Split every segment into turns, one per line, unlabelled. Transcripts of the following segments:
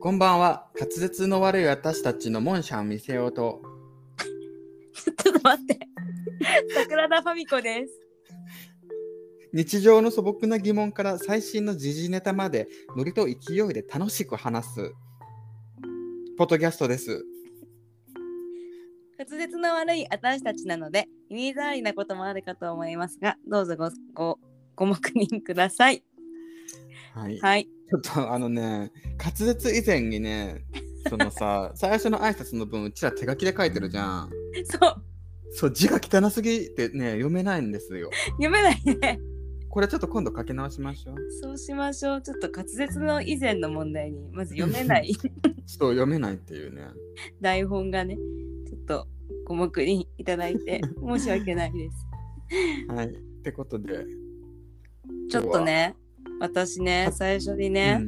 こんばんは。滑舌の悪い私たちのモンシャン見せようと。
ちょっと待って。桜田ファミコです。
日常の素朴な疑問から最新の時事ネタまで、ノリと勢いで楽しく話す。ポッドキャストです。
滑舌の悪い私たちなので、耳障りなこともあるかと思いますが、どうぞごごご黙認ください。
はい。
はい。
ちょっとあのね、滑舌以前にね、その さ、最初の挨拶の分、うちら手書きで書いてるじゃん。
そう、
そう、字が汚すぎてね、読めないんですよ。
読めないね。
これちょっと今度書き直しましょう。
そうしましょう。ちょっと滑舌の以前の問題に、まず読めない
そう、読めないっていうね。
台本がね、ちょっとご黙認いただい て、申し訳ないです。
はい。ってことで。
ちょっとね、私ね、最初にね、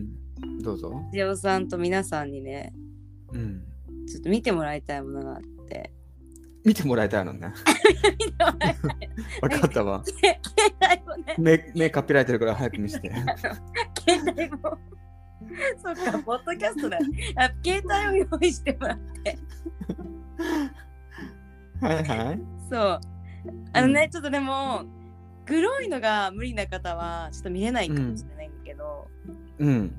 うん、どうぞ。
ジオさんと皆さんにね、
うん。
ちょっと見てもらいたいものがあって。
見てもらいたいの ね。
見てもらいた い
わかったわ。
携帯もね、
目、目かっぴられてるから早く見せて。
携帯も。 そっか、ポッドキャストだ。あ携帯を用意してもらう。
はいはい。
そう。あのね、ちょっとでも、グロいのが無理な方は、ちょっと見れないかもしれないんだけど、
うん。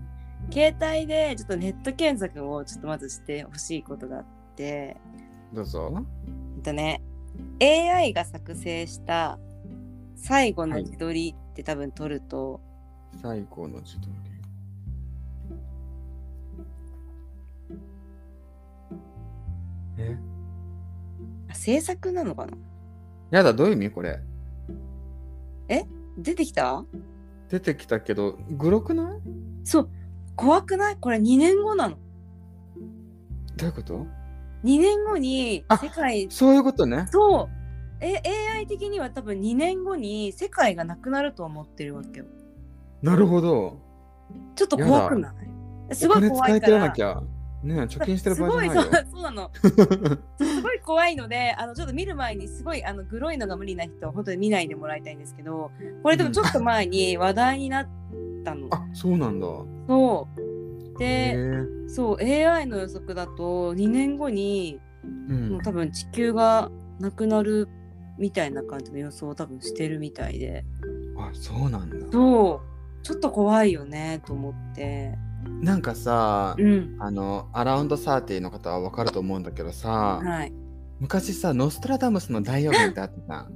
携帯でちょっとネット検索をちょっとまずしてほしいことがあって、
どうぞ。
えっとね、AI が作成した最後の自撮りって多分撮ると、
最高の自撮り。え
あ制作なのかな
やだ、どういう意味これ。
出てきた
出てきたけど、グロくない
そう、怖くないこれ2年後なの。
どういうこと
2年後に
あ
世界
そういうことね。
そうえ AI 的には多分2年後に世界がなくなると思ってるわけよ
なるほど。
ちょっと怖くないすごい
お
怖
金使
い
い
か
切らな
ら
きゃ。ねえ貯金してる
す
場合
ご
じ
い
ゃな
そう
いよ。
そう なのすごい怖いのであのちょっと見る前にすごいあのグロいのが無理な人は本当に見ないでもらいたいんですけどこれでもちょっと前に話題になったの、
あ、そうなんだ。
そう
へ
で
え
そう AI の予測だと2年後に
うん
もう多分地球がなくなるみたいな感じの予想を多分してるみたいで
あ、そうなんだ。
そうちょっと怖いよねと思って
なんかさ、
うん
あの、アラウンドサーティーの方はわかると思うんだけどさ、
はい
昔さ、ノストラダムスの大予言ってあったじゃん。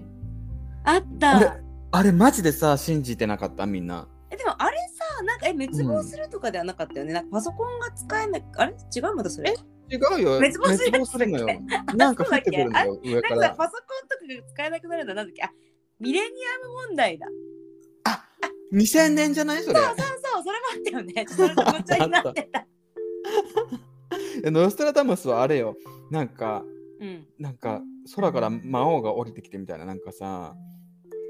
あった
俺あれマジでさ、信じてなかったみんな。
えでもあれさなんかえ滅亡するとかではなかったよね、なんかパソコンが使えないあれ違うまたそれ
違うよ。
滅亡するやつだっけ
のよ。 なんか降ってくるんだよ、上
な
か
んかさ
ら。
パソコンとかが使えなくなるんだなんだっけあミレニアム問題だ
2000年じゃないそれ。
そうそうそれもあったよねそれとごっちゃになってた
いやノストラダムスはあれよ。なんか、
うん
なんか、空から魔王が降りてきてみたいな、なんかさ、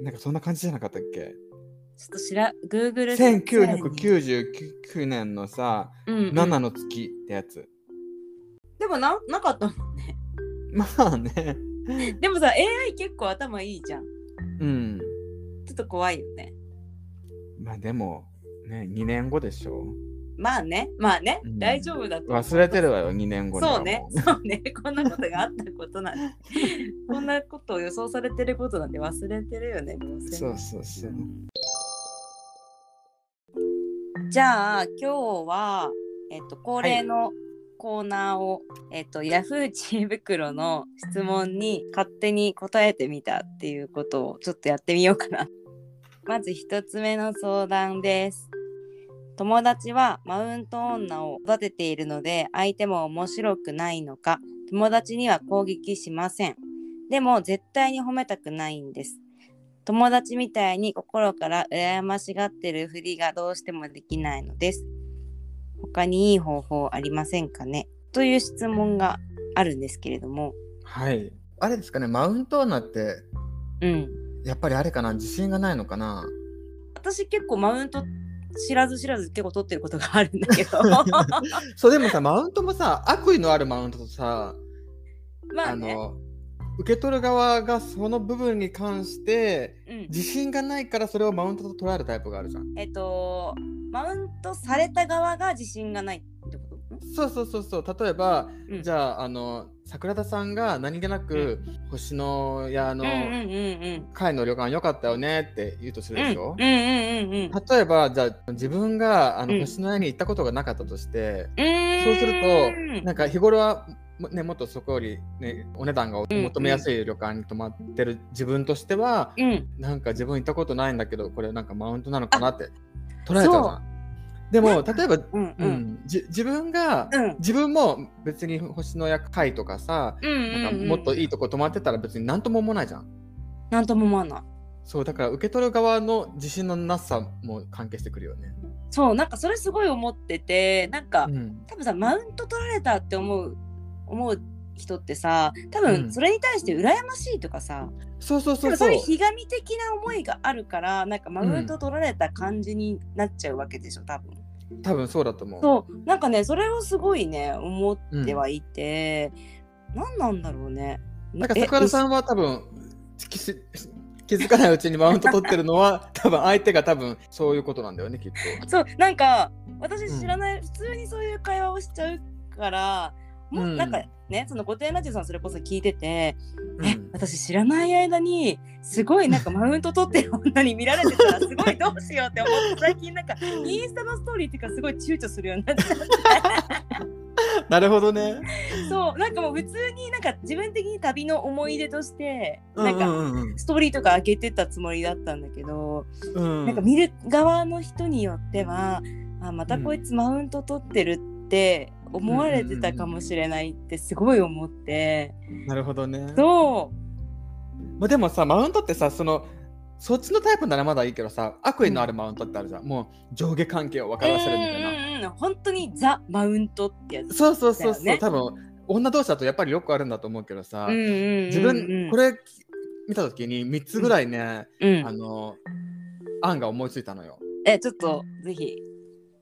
なんかそんな感じじゃなかったっけ
ちょっとしら Google で、
?1999 年のさ、
うんうん
7の月ってやつ。
でもななかったもんね
まあね。
でもさ AI 結構頭いいじゃんち
うん。
ょっと怖いよね
まあでも、ね、2年後でしょ
まあねまあね、
うん
大丈夫だと思う
忘れてるわよ、2年後には
そうね
も、
そうね、 こんなことがあったことなんで、こんなことを予想されてることなんで忘れてるよね、どう
う
せ
そうそうそう。
じゃあ、今日は、えっと、恒例のコーナーを、えっと、ヤフー知恵袋の質問に勝手に答えてみたっていうことをちょっとやってみようかな。 まず一つ目の相談です。友達はマウント女を育てているので相手も面白くないのか友達には攻撃しません。でも絶対に褒めたくないんです。友達みたいに心から羨ましがってるふりがどうしてもできないのです。他にいい方法ありませんかねという質問があるんですけれども。
はい。あれですかね、マウントーナって、
うん。
やっぱりあれかな、自信がないのかな。
私結構マウント知らず知らず結構取ってることがあるんだ けど。
そう、でもさ、マウントもさ、悪意のあるマウントとさ、
まあ
あ
ね。
の、受け取る側がその部分に関して、
うん、
自信がないからそれをマウントと捉えるタイプがあるじゃん。
えっと、マウントされた側が自信がないってこと
そうそうそうそう例えば、
うん
じゃああの桜田さんが何気なく、星のやの、
うんうんうん
会の旅館良かったよねって言うとす
うん。
るでしょ、
うんうんうんうん。
例えばじゃあ自分があの、
うん
星の家に行ったことがなかったとして、
そう
するとなんか日頃は、もね、もっとそこより、ね、お値段が求めやすい旅館に泊まってる自分としては、
うん、
なんか自分行ったことないんだけどこれなんかマウントなのかなって捉えちゃうじゃん。でも例えば、う
うん、うん、うん
ん、じ自分が、
うん
自分も別に星の夜会とかさ、
うんうん
なんかもっといいとこ泊まってたら別に何とも思わないじゃん。
なんとも思わない。
そうだから受け取る側の自信のなさも関係してくるよね。
そう、なんかそれすごい思ってて、なんか、
うん、
多分さ、マウント取られたって思う、思う人ってさ、多
うん
分それに対して羨ましいとかさ、
そうそう
そ
そうう
そ
そ
う
う
いうひがみ的な思いがあるから、なんかマウント取られた感じになっちゃうわけでしょ、多分。
多分そうだと思う。
そうなんかねそれをすごいね思ってはいて、何なんだろうね。
だから桜田さ
ん
んは多分気づ気づかないうちにマウント取ってるのは多分相手が多分そういうことなんだよねきっと。
そうなんか私
うん
知らない、普通にそういう会話をしちゃうからもう
うん
なんかねその御殿ラジオさんそれこそ聞いてて、
う
え
ん
私知らない間にすごいなんかマウント取ってる女に見られてたらすごいどうしようって思って最近なんかインスタのストーリーっていうかすごい躊躇するよう になっちゃって
なるほどね。
そうなんかもう普通になんか自分的に旅の思い出として
う
なんん
う
か
んうん
ストーリーとか上げてたつもりだったんだけど、
うん。
なんか見る側の人によってはあまたこいつマウント取ってるって思われてたかもしれないってすごい思って、
なるほどね。
そ
まあ、でもさマウントってさそのそっちのタイプならまだいいけどさ悪意のあるマウントってあるじゃん、もう上下関係を分
う
からせるみたいな、
うんうんうん本当にザ・マウントってやつ。
そうそうそうそう、
だよね
多分女同士だとやっぱりよくあるんだと思うけどさ、
うんうんうんうん
自分こ、れ見た時に3つぐらいね、
うん
あの案が思いついたのよ
えちょっとぜひ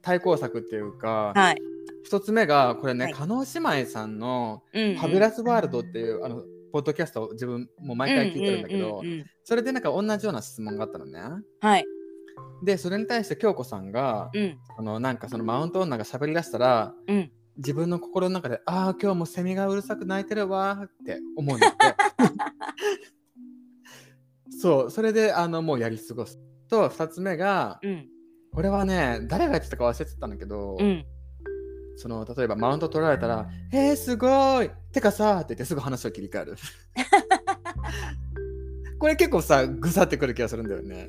対抗策っていうか、
はい。
一1つ目がこれね、
はい
加納姉妹さんの
うん
「
う
ファビュラスワールド」っていうあのポッドキャストを自分も毎回聞いてるんだけど、
うううんうん
それでなんか同じような質問があったのね
はい。
でそれに対して京子さんが、
うん
あのなんかそのマウント女が喋り出したら
うん。
自分の心の中で「ああ今日もセミがうるさく泣いてるわ」って思うん だってそうそれであのもうやり過ごすと2つ目が
うん
これはね誰が言ってたか忘れてたんだけど、
うん。
その例えばマウント取られたら「へえすごいてかさ」って言ってすぐ話を切り替え るこれ結構さぐさってくる気がするんだよね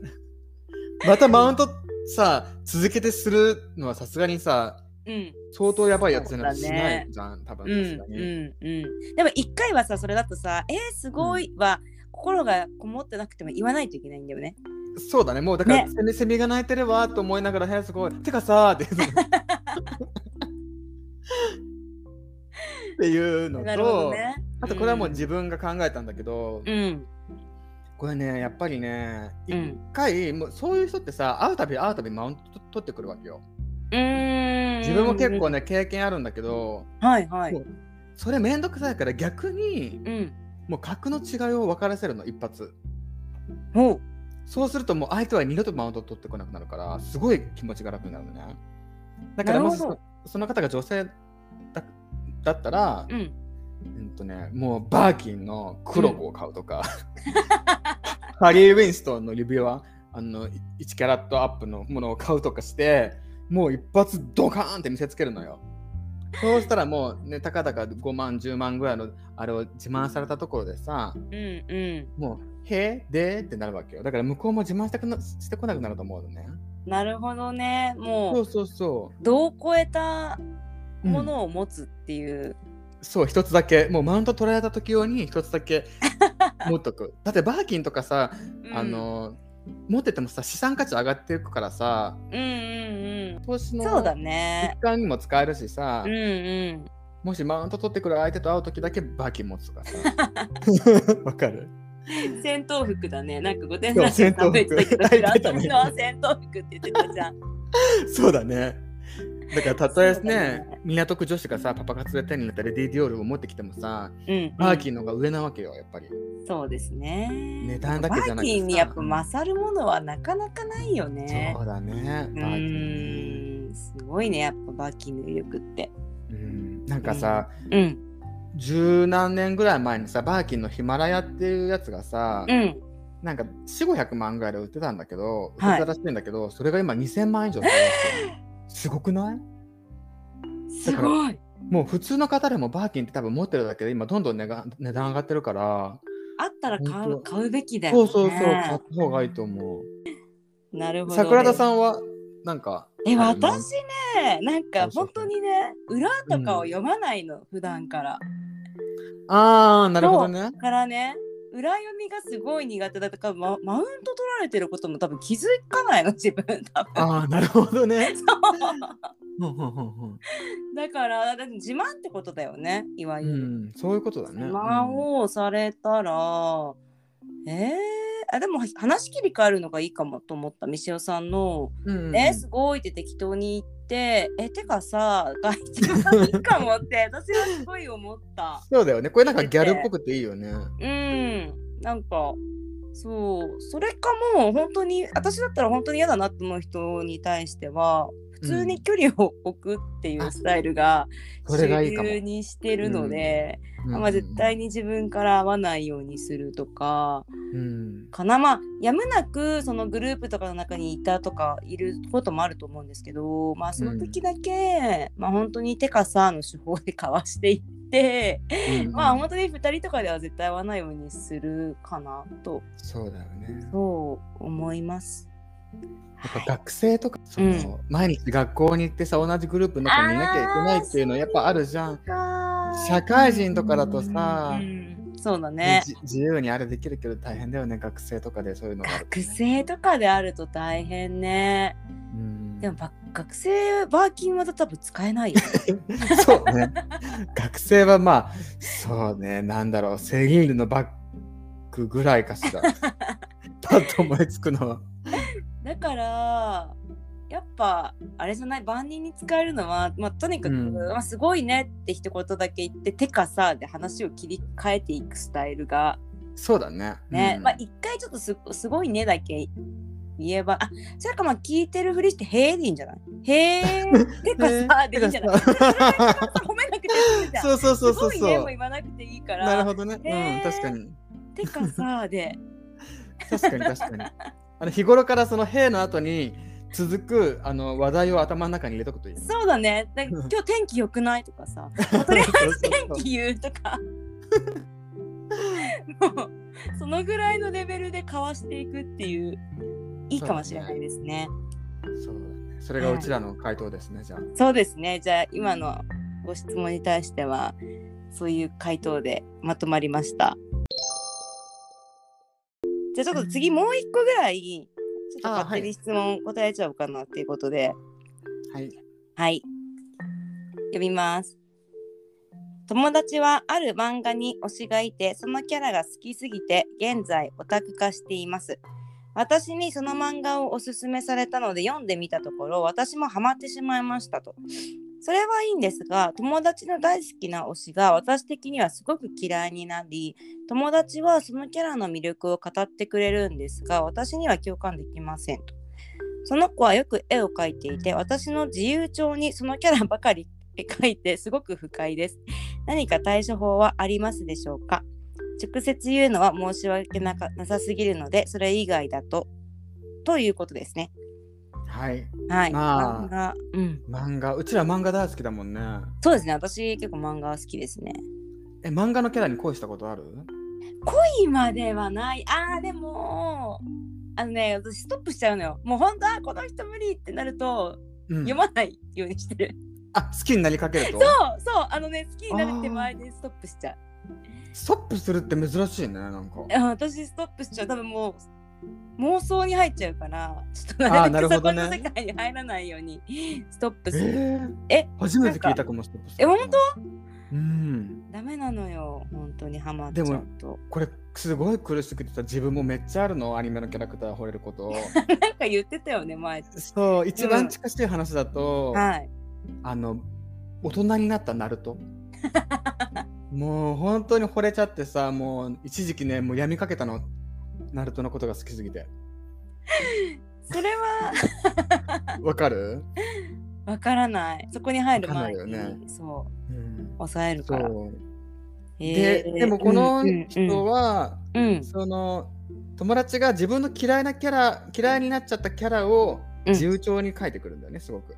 またマウントさ続けてするのはさすがにさ
うん
相当やばいやつじゃないと
そ
し
うだね
ないじゃん、多分
うん
確かに、
うんうん、でも一回はさそれだとさ「えー、すごい」は心がこもってなくても言わないといけないんだよね。
そうだねもうだから、
ね
セミセミが鳴いてるわと思いながら「へえすごいてか さ」ってっていうの
なるほ
と、
どね。
あとこれはもう自分が考えたんだけど、
うん
これねやっぱりね
う
一
ん
回、もうそういう人ってさ会うたび会うたびマウント取ってくるわけよ
うーん
自分も結構ね経験あるんだけど
はいはい
も。うそれめんどくさいから逆に
うん
もう格の違いを分からせるの一発
ほう
そうするともう相手は二度とマウント取ってこなくなるからすごい気持ちが楽になるのねだからもし
なるほ
そその方が女性だだったら、
うん
うんとね、もうバーキンの黒子を買うと か、ハリー・ウィンストンの指輪あのい1キャラットアップのものを買うとかしてもう一発ドカーンって見せつけるのよ。そうしたらもうねたかだか5万10万ぐらいのあれを自慢されたところでさ
うんう
もう「へえで?」ってなるわけよだから向こうも自慢したくなしてこなくなると思うのね。
んなるほどね
そ
も
うそうそう
度を超えた
う。
ものを持つっていう。
そう、一つだけ、もうマウント取られた時用に一つだ け持っとく。だってバーキンとかさ、
うん
あの、持っててもさ、資産価値上がっていくからさ、
うんうん
投資
う
の
んそうだ
一
ね。
環にも使えるしさ、
うんうん
もしマウント取ってくる相手と会う時だけバーキン持つとかさ。 わかる
戦闘服だね。なんか御殿
そう
ラジオ
戦闘
さんも言ってたけど、
服
フラン
言ってたね
スの戦闘服って言ってたじゃん。
そうだね。だからたとえね
そうだね
港区女子がさパパ活で手に入れたレディー・ディオールを持ってきてもさ
うんうん
バーキンの方が上なわけよやっぱり
そうですね。
値段だけじゃなくてさ
バーキンにやっぱ勝るものはなかなかないよね
そう。だね
う
バーキン
ーん、すごいね、やっぱバーキンの威力って。
うん、なんかさ、
うん
十何年ぐらい前にさバーキンのヒマラヤっていうやつがさ、
うん
なんか4500万ぐらいで売ってたんだけど売って
はい
たらしいんだけど、それが今2000万円以上するら しいすごくない
すごい
もう普通の方でもバーキンって多分持ってるだけで今どんどん値が値段上がってるから、
あったら買
本
う
当
買うべきだよ
そ
ね
うそうそう買った方がいいと思う
なるほど
桜田
ん
さんはなんか
え
あの
私ねなんか
そうそうそう
本当にね裏とかを読まないの、普段から
ああなるほどね
だからね裏読みがすごい苦手だとからママウント取られてることも多分気づかないの自分多分
ああなるほどね
そう
ほんほんほんほん
だからだって自慢ってことだよねいわ
う
ゆる、
んそういうことだね
自慢をされたら、えー、あでも話切り替えるのがいいかもと思ったみしおさんの
うんうんう
「
ん
えすごい」って適当に言って「えてかさ」が一 番いいかもって私はすごい思った。
そうだよねこれなんかギャルっぽくていいよね
うんなんかそうそれかもう本当に私だったら本当に嫌だなと思う人に対しては普通に距離を置くっていうスタイルが
そ
主
れがいいかも
流にしてるので、
うん
まあ、絶対に自分から会わないようにするとか
うん
かなまあやむなくそのグループとかの中にいたとかいることもあると思うんですけどまあその時だけ、まあ本当に手かさの手法で交わしていって。
うん
まあ本当に2人とかでは絶対会わないようにするかなと
そうだよね
そう思います。
やっぱ学生とかその、
うん
毎日学校に行ってさ同じグループの中にいなきゃいけないっていうのやっぱあるじゃん社会人とかだとさ
うんそうだね。
じ自由にあれできるけど大変だよね学生とかでそういうのがあると
学
ね、
生とかであると大変ね。
うん
でもば学生バーキンは多分使 えないよ。
そうね学生はまあそうねなんだろうセリールのバッグぐらいかし らパッと思いつくのは
だからやっぱあれじゃない万人に使えるのは、まあ、とにかく、
うん
まあ、すごいねって一言だけ言って「てかさ」で話を切り替えていくスタイルが
そうだね
ね、
うん
まあ一回ちょっとすすごいねだけ言えばあそれかまあ聞いてるふりして「へえ」でいいんじゃないへえ てかさでいいんじゃない
てかさ
褒めなくていいじゃん
そうそうそうそう
すごいね
そ
も
う
言わなくていいから
なるほどね、う
へー
ん確かに
てかさで
確かに確かにあの日頃からその「へ」の後に続くあの話題を頭の中に入れとくといいね
そうだねなんか今日天気良くないとかさとりあ えず天気言うとかもうそのぐらいのレベルで交わしていくっていういいかもしれないですね。
そうだねそれがうちらの回答ですね、じゃあ
そうですね。じゃあ今のご質問に対してはそういう回答でまとまりました。じゃあちょっと次もう一個ぐらいちょっと
あ
勝手
はい
に質問答えちゃおうかなっていうことで、はい、
はい
読みます。友達はある漫画に推しがいてそのキャラが好きすぎて現在オタク化しています。私にその漫画をおすすめされたので読んでみたところ私もハマってしまいましたと。それはいいんですが友達の大好きな推しが私的にはすごく嫌いになり友達はそのキャラの魅力を語ってくれるんですが私には共感できませんと。その子はよく絵を描いていて私の自由帳にそのキャラばかり描いてすごく不快です。何か対処法はありますでしょうか直接言うのは申し訳なかなさすぎるのでそれ以外だとということですね。
はい
はい。
まあ
漫画うん、
漫画うちら漫画大好きだもんね
そうですね私結構漫画好きですね。
え漫画のキャラに恋したことある
恋まではないあーでもあのね私ストップしちゃうのよもう本当はこの人無理ってなると
うん
読まないようにしてる、
あ好きになりかけると
そうそうあのね好きになるって前でストップしちゃう
ストップするって珍しいねなんか
あ私ストップしちゃう多分もう妄想に入っちゃうからちょっと
あー
なるべくそこの
なるほどね
世界に入らないようにストップ
え
する、
ー、
え
初めて聞いたかもストップする
え本
当うん
ダメなのよ本当にハマっちゃ
で
う
も
と
これすごい苦しくてさ自分もめっちゃあるのアニメのキャラクター惚れること
なんか言ってたよね前
そう一番近しい話だと、
はい
あの大人になったナル トもう本当に惚れちゃってさもう一時期ねもうやみかけたのナルトのことが好きすぎて
それは
わかる
わからないそこに入る前に、
わかんないよね
そう
うん
抑える
そ
から
う
へ
で
ー
でもこの人
うん
は、
うんうん
その友達が自分の嫌いなキャラ嫌いになっちゃったキャラを
うん
自由帳に書いてくるんだよねすごく、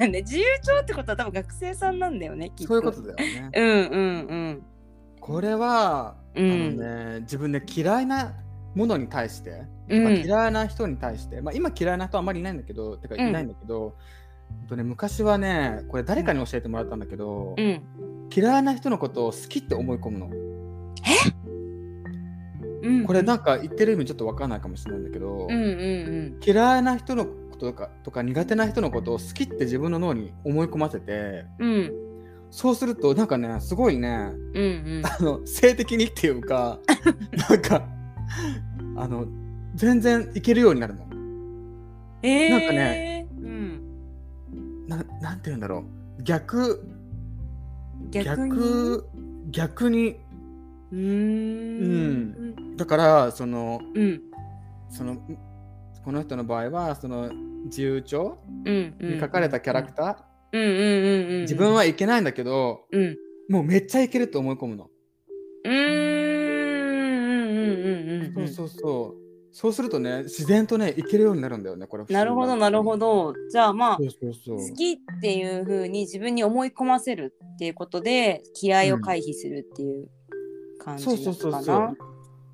うんね自由帳ってことは多分学生さんなんだよねきっと
そういうことだよね
うんうんうん
これは、
うん
あのね、自分で嫌いなものに対して、
うん
まあ嫌いな人に対して、まあ、今嫌いな人あんまりいないんだけどてか
うん
いないんだけど、ほんとね、昔はねこれ誰かに教えてもらったんだけど、
うん
嫌いな人のことを好きって思い込むの
うん
これなんか言ってる意味ちょっと分かんないかもしれないんだけど、
うんうんうん
嫌いな人のこととかとか苦手な人のことを好きって自分の脳に思い込ませて
うん
そうするとなんかねすごいね
うん うん
あの性的にっていう かなんかあの全然いけるようになるの
えー、
なんかね
うん
ななんて言うんだろう逆
逆に
逆逆に
うーん
だからその
うん
そのこの人の場合はその自由帳
うんうん
に書かれたキャラクター、
うんうんうんうん
自分はいけないんだけど
うん
もうめっちゃいけると思い込むの、
うーんうんうんうんうんうん
そうそうそうそうするとね自然とねいけるようになるんだよねこれ
なるほどなるほどじゃあまあ
そうそうそう
好きっていう風に自分に思い込ませるっていうことで嫌いを回避するっていう感じ
そう
な
そう
の
そう
か
そう
な。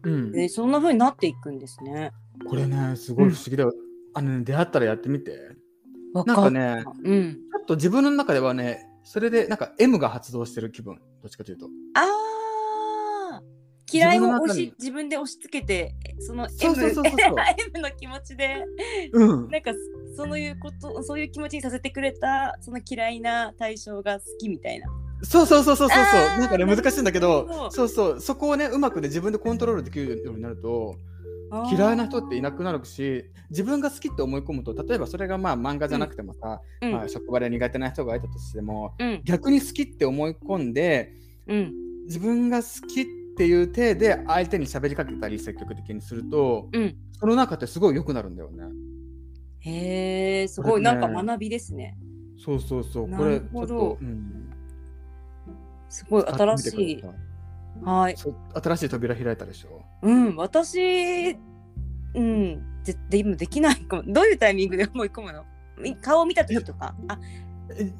うん、
えーそんな風になっていくんですね。
これねすごい不思議だよ、あのね出会ったらやってみて
わ
なん
か
か
る。
ね
うん。
ちょっと自分の中ではねそれでなんか M が発動してる気分どっちかというと
ああ。嫌いを押
自分の中
し
に
自分で押し付けてその M,
そうそうそうそうそう
M の気持ちで
うん
なんかそういうことそういう気持ちにさせてくれたその嫌いな対象が好きみたいな。
そうそうそうそうそうそう
あー
なんかね
なるほど
難しいんだけ
なるほ
ど
ど
そうそうそこをねうまくね自分でコントロールできるようになると嫌いな人っていなくなるし自分が好きって思い込むと例えばそれがまあ漫画じゃなくてもさ、
うん
まあ、職場で苦手な人がいたとしても
うん
逆に好きって思い込んで
うん
自分が好きっていう体で相手に喋りかけたり積極的にすると、
うん
その中ってすごい良くなるんだよね。
へえすごい、
これ
な
ね
んか学びですね。
そうそうそう
な
これ
る
ちょ
ほ
っ
ど
と、うん、
すごい新しい。はい。
そう新しい扉開いたでしょ
うん、私、うん、絶対今できないかも。どういうタイミングで思い込むのい顔を見た時とか。あ、
え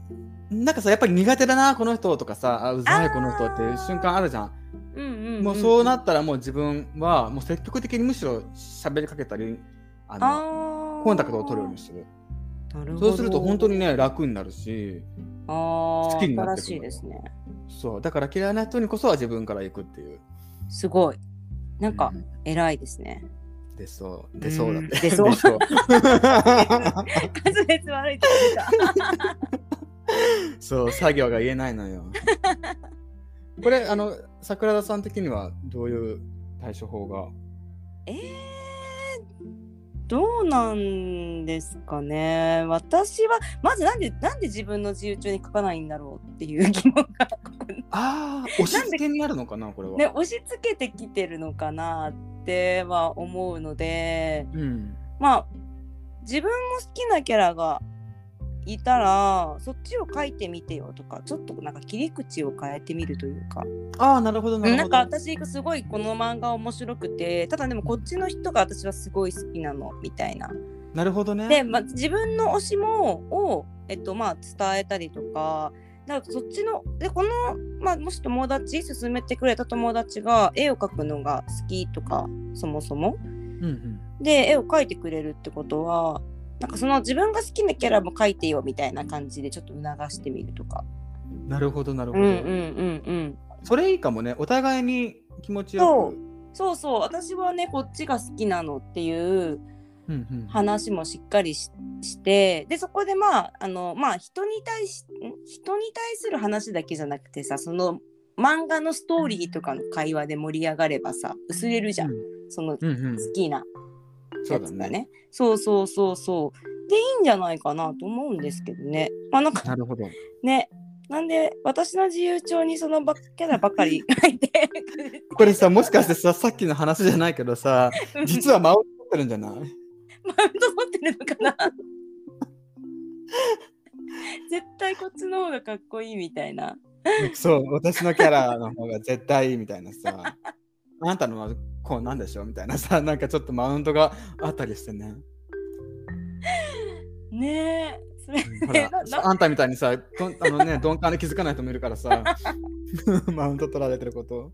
なんかさやっぱり苦手だなこの人とかさあうざ
あ
い
ー
この人っていう瞬間あるじゃん
うんうん、
もうそうな
っ
ったらもう自分はもう積極的にむしろ喋りかけたりあ
あ
の
ー
コンタクトを取るようにする
なるほど
そうすると本当にね楽になるし
あ
好
好
き
き
に
に
な
な
っ
ってて
くる
く新しいですね。
そうだから嫌いな人にこそは自分から行くっていう
すごい。なんか
う、
偉いですね。
出そう出そうだって
うん 出そう 滑舌悪いって言ってた。
そう作業が言えないの よこれあの桜田さん的にはどういう対処法が
えー、どうなんですかね私はまずなんでなんで自分の自由帳に書かないんだろうっていう疑問がここに
ああ押し付けになるのかなこれは、
ね押し付けてきてるのかなっては思うので
うん
まあ自分も好きなキャラがいたらそっちを書いてみてよとかちょっとなんか切り口を変えてみるというか
ああなるほどなるほど
なんか私がすごいこの漫画面白くてただでもこっちの人が私はすごい好きなのみたいな。
なるほどね
で、まあ、自分の推しもを、えっとまあ、伝えたりとかなんかそっちのでこの、まあ、もし友達勧めてくれた友達が絵を描くのが好きとかそもそも
うんうん
で絵を描いてくれるってことはなんかその自分が好きなキャラも描いてよみたいな感じでちょっと促してみるとか。
なるほどなる
う
ほ
ん
ど、
うんうんうん
それいいかもねお互いに気持ち
そ
よ
うそうそう私はねこっちが好きなのっていう
く、うんうん、
話もしっかりししてでそこでまああのまあ人に対しん人に対する話だけじゃなくてさその漫画のストーリーとかの会話で盛り上がればさ薄れるじゃん、その
うんうんうん
好きな
そ
や
うだ
つがね,、
ね
そうそうそうそうでいいんじゃないかなと思うんですけどねまあなんか
なるほど
ねなんで私の自由帳にそのばっキャラば かり書いて
これさもしかしてささっきの話じゃないけどさ実は間を取 ってるんじゃない
マウント取ってるのかな 絶対こっちの方がかっこいいみたいな。
そう、私のキャラの方が絶対いいみたいなさ、あなたのはこうなんでしょうみたいなさ、なんかちょっとマウントがあったりしてね。
ねえ。それ
ほら
なな
あんたみたいにさ、どんあのね、鈍感で気づかない人もいるから さ、マウント取られてること。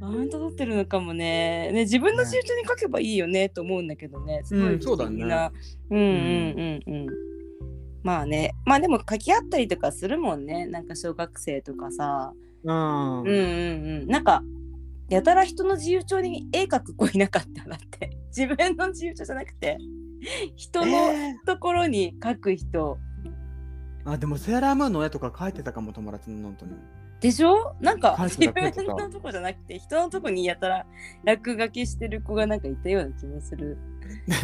マウント取ってるのかもね。ね自分のシートに書けばいいよねと思うんだけどね。すごい
うんそうだね
不思議なうんうんうんうん。まあね。まあでも書き合ったりとかするもんね。なんか小学生とかさ。
うん。
うんうんうん。なんかやたら人の自由帳に絵描く子いなかったなって。 自分の自由帳じゃなくて人の
え
ところに書く人。
ーあ、でもセーラームーンの絵とか書いてたかも、友達のノートに。
でしょなんか
書い
自
てた書いてた
分のとこじゃなくて人のとこにやたら落書きしてる子がなんかいたような気もする。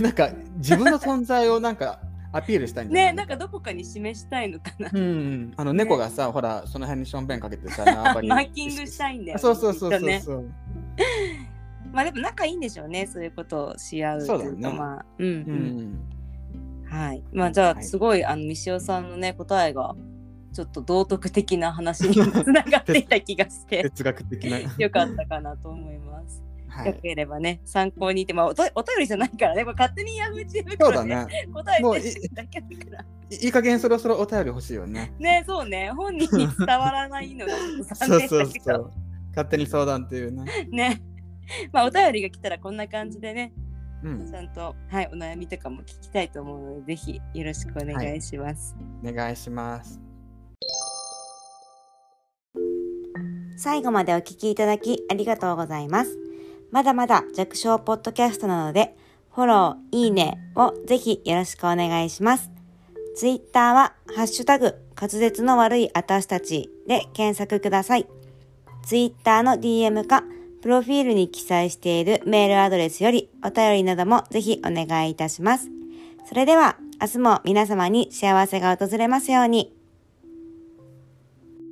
なんか自分の存在をなんかアピールしたいんだよ
ねなんかどこかに示したいのかな。
うんうん、あの猫がさ、ほら、その辺にションベンかけて さ、縄張り
マーキングしたいんだよね。
そうそうそうそ
きっと
う
ね。
そう。
まあでも仲いいんでしょうね。そういうことをし合う
そうだね
といかまあ、うん、
う
うんん、はい。まあじゃ
は
あ
い
すごい、あの三塩さんのね答えがちょっと道徳的な話につながっていた気がし て。
哲学的な。
よかったかなと思います。
は
よ
い。
ければね、参考にって、まあ、おとお便りじゃないからね、これ勝手にヤフーチーム
そ
か
うだ
ら、ね
ね。
答
もう
え
い
てるだけだから。
いいい加減そろそろお便り欲しいよ ね。
ね、そうね、本人に伝わらないのがちょっと
そ
残
う
念
そう
だけ
そ
ど。
う。勝手に相談っていうね。
ね。まあお便りが来たらこんな感じでね、
うん。
ちゃんと、はい、お悩みとかも聞きたいと思うので、ぜひよろしくお願いします。
お願いします。
最後までお聞きいただきありがとうございます。まだまだ弱小ポッドキャストなので、フォロー、いいねをぜひよろしくお願いします。ツイッターは、ハッシュタグ、滑舌の悪い私たちで検索ください。ツイッターの DM か、プロフィールに記載しているメールアドレスよりお便りなどもぜひお願いいたします。それでは、明日も皆様に幸せが訪れますように。